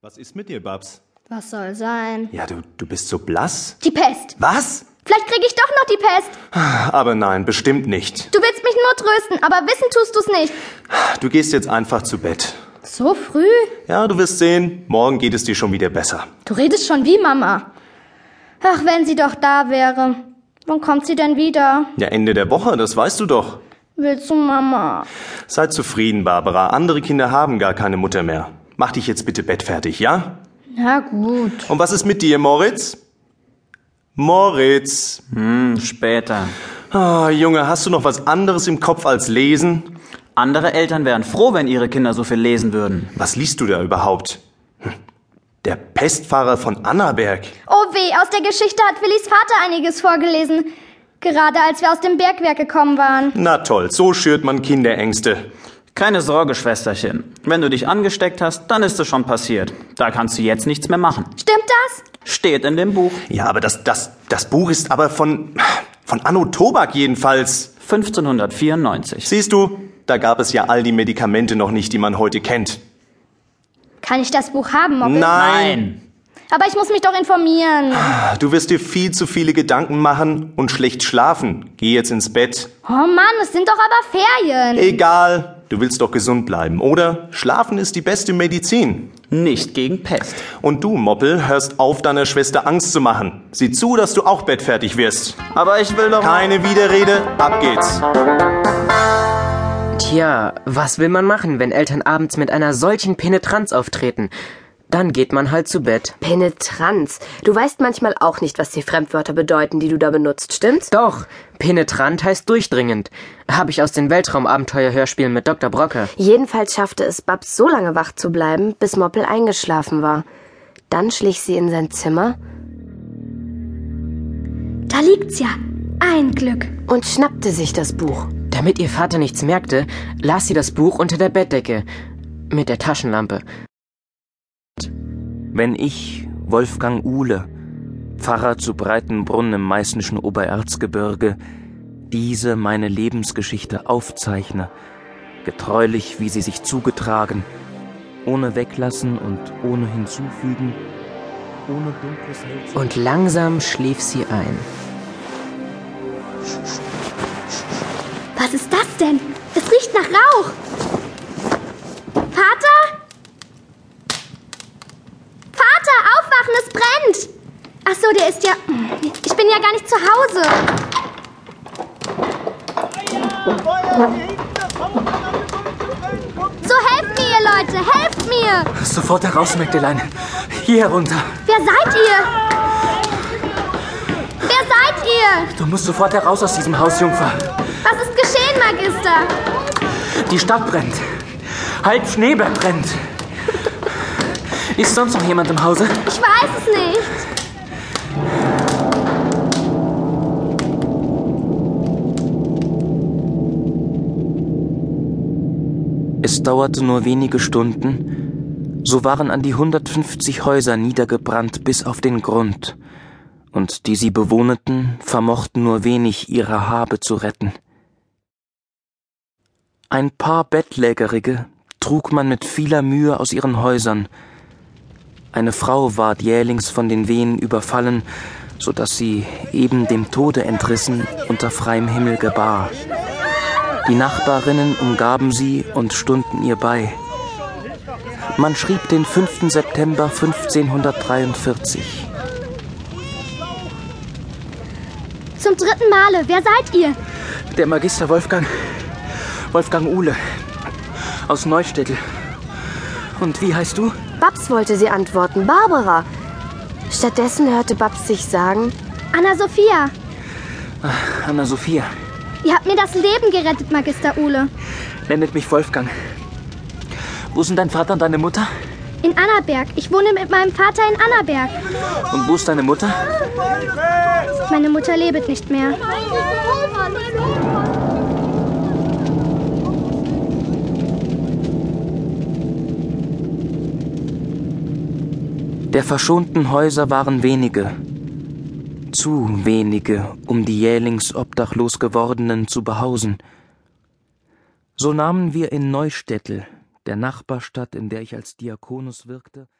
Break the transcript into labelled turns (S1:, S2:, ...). S1: Was ist mit dir, Babs?
S2: Was soll sein?
S1: Ja, du, du bist so blass.
S2: Die Pest.
S1: Was?
S2: Vielleicht kriege ich doch noch die Pest.
S1: Aber nein, bestimmt nicht.
S2: Du willst mich nur trösten, aber wissen tust du's nicht.
S1: Du gehst jetzt einfach zu Bett.
S2: So früh?
S1: Ja, du wirst sehen, morgen geht es dir schon wieder besser.
S2: Du redest schon wie Mama. Ach, wenn sie doch da wäre. Wann kommt sie denn wieder?
S1: Ja, Ende der Woche, das weißt du doch.
S2: Willst du Mama?
S1: Sei zufrieden, Barbara. Andere Kinder haben gar keine Mutter mehr. Mach dich jetzt bitte bettfertig, ja?
S2: Na gut.
S1: Und was ist mit dir, Moritz? Moritz.
S3: Später.
S1: Ah, Junge, hast du noch was anderes im Kopf als lesen?
S3: Andere Eltern wären froh, wenn ihre Kinder so viel lesen würden.
S1: Was liest du da überhaupt? Hm, Der Pestfahrer von Annaberg.
S2: Oh weh, aus der Geschichte hat Willis Vater einiges vorgelesen. Gerade als wir aus dem Bergwerk gekommen waren.
S1: Na toll, so schürt man Kinderängste.
S3: Keine Sorge, Schwesterchen. Wenn du dich angesteckt hast, dann ist es schon passiert. Da kannst du jetzt nichts mehr machen.
S2: Stimmt das?
S3: Steht in dem Buch.
S1: Ja, aber das, das, das Buch ist aber von, von Anno Tobak jedenfalls.
S3: 1594.
S1: Siehst du, da gab es ja all die Medikamente noch nicht, die man heute kennt.
S2: Kann ich das Buch haben, Moppel?
S3: Nein.
S2: Aber ich muss mich doch informieren.
S1: Du wirst dir viel zu viele Gedanken machen und schlecht schlafen. Geh jetzt ins Bett.
S2: Oh Mann, es sind doch aber Ferien.
S1: Egal, du willst doch gesund bleiben, oder? Schlafen ist die beste Medizin.
S3: Nicht gegen Pest.
S1: Und du, Moppel, hörst auf, deiner Schwester Angst zu machen. Sieh zu, dass du auch bettfertig wirst.
S3: Aber ich will doch.
S1: Keine Widerrede, ab geht's.
S4: Tja, was will man machen, wenn Eltern abends mit einer solchen Penetranz auftreten? Dann geht man halt zu Bett.
S5: Penetranz. Du weißt manchmal auch nicht, was die Fremdwörter bedeuten, die du da benutzt, stimmt's?
S4: Doch, penetrant heißt durchdringend. Habe ich aus den Weltraumabenteuer-Hörspielen mit Dr. Brocke.
S5: Jedenfalls schaffte es Babs so lange wach zu bleiben, bis Moppel eingeschlafen war. Dann schlich sie in sein Zimmer
S2: Da liegt's ja. Ein Glück.
S5: und schnappte sich das Buch.
S4: Damit ihr Vater nichts merkte, las sie das Buch unter der Bettdecke. Mit der Taschenlampe.
S6: Wenn ich, Wolfgang Uhle, Pfarrer zu Breitenbrunn im meißnischen Obererzgebirge, diese meine Lebensgeschichte aufzeichne, getreulich, wie sie sich zugetragen, ohne Weglassen und ohne Hinzufügen, ohne dunkles Hell
S4: Und langsam schlief sie ein.
S2: Was ist das denn? Es riecht nach Rauch. Vater? Vater, aufwachen, es brennt. Ach so, der ist ja... Ich bin ja gar nicht zu Hause. So helft mir, ihr Leute, helft mir.
S6: Sofort heraus, Magdalene. Hier herunter.
S2: Wer seid ihr? Wer seid ihr?
S6: Du musst sofort heraus aus diesem Haus, Jungfer.
S2: Was ist geschehen, Magister?
S6: Die Stadt brennt. Halb Schneeberg brennt. Ist sonst noch jemand im Hause?
S2: Ich weiß es nicht.
S6: Es dauerte nur wenige Stunden, so waren an die 150 Häuser niedergebrannt bis auf den Grund, und die sie bewohneten, vermochten nur wenig ihrer Habe zu retten. Ein paar Bettlägerige trug man mit vieler Mühe aus ihren Häusern. Eine Frau ward jählings von den Wehen überfallen, so dass sie eben dem Tode entrissen unter freiem Himmel gebar. Die Nachbarinnen umgaben sie und stunden ihr bei. Man schrieb den 5. September 1543.
S2: Zum dritten Male, wer seid ihr?
S6: Der Magister Wolfgang, Wolfgang Uhle aus Neustädtel. Und wie heißt du?
S5: Babs wollte sie antworten, Barbara. Stattdessen hörte Babs sich sagen,
S2: Anna-Sophia.
S6: Anna Sophia.
S2: Ihr habt mir das Leben gerettet, Magister Uhle.
S6: Nennet mich Wolfgang. Wo sind dein Vater und deine Mutter?
S2: In Annaberg. Ich wohne mit meinem Vater in Annaberg.
S6: Und wo ist deine Mutter?
S2: Meine Mutter lebt nicht mehr.
S6: Der verschonten Häuser waren wenige. Zu wenige, um die jählings obdachlos gewordenen zu behausen. So nahmen wir in Neustädtel, der Nachbarstadt, in der ich als Diakonus wirkte,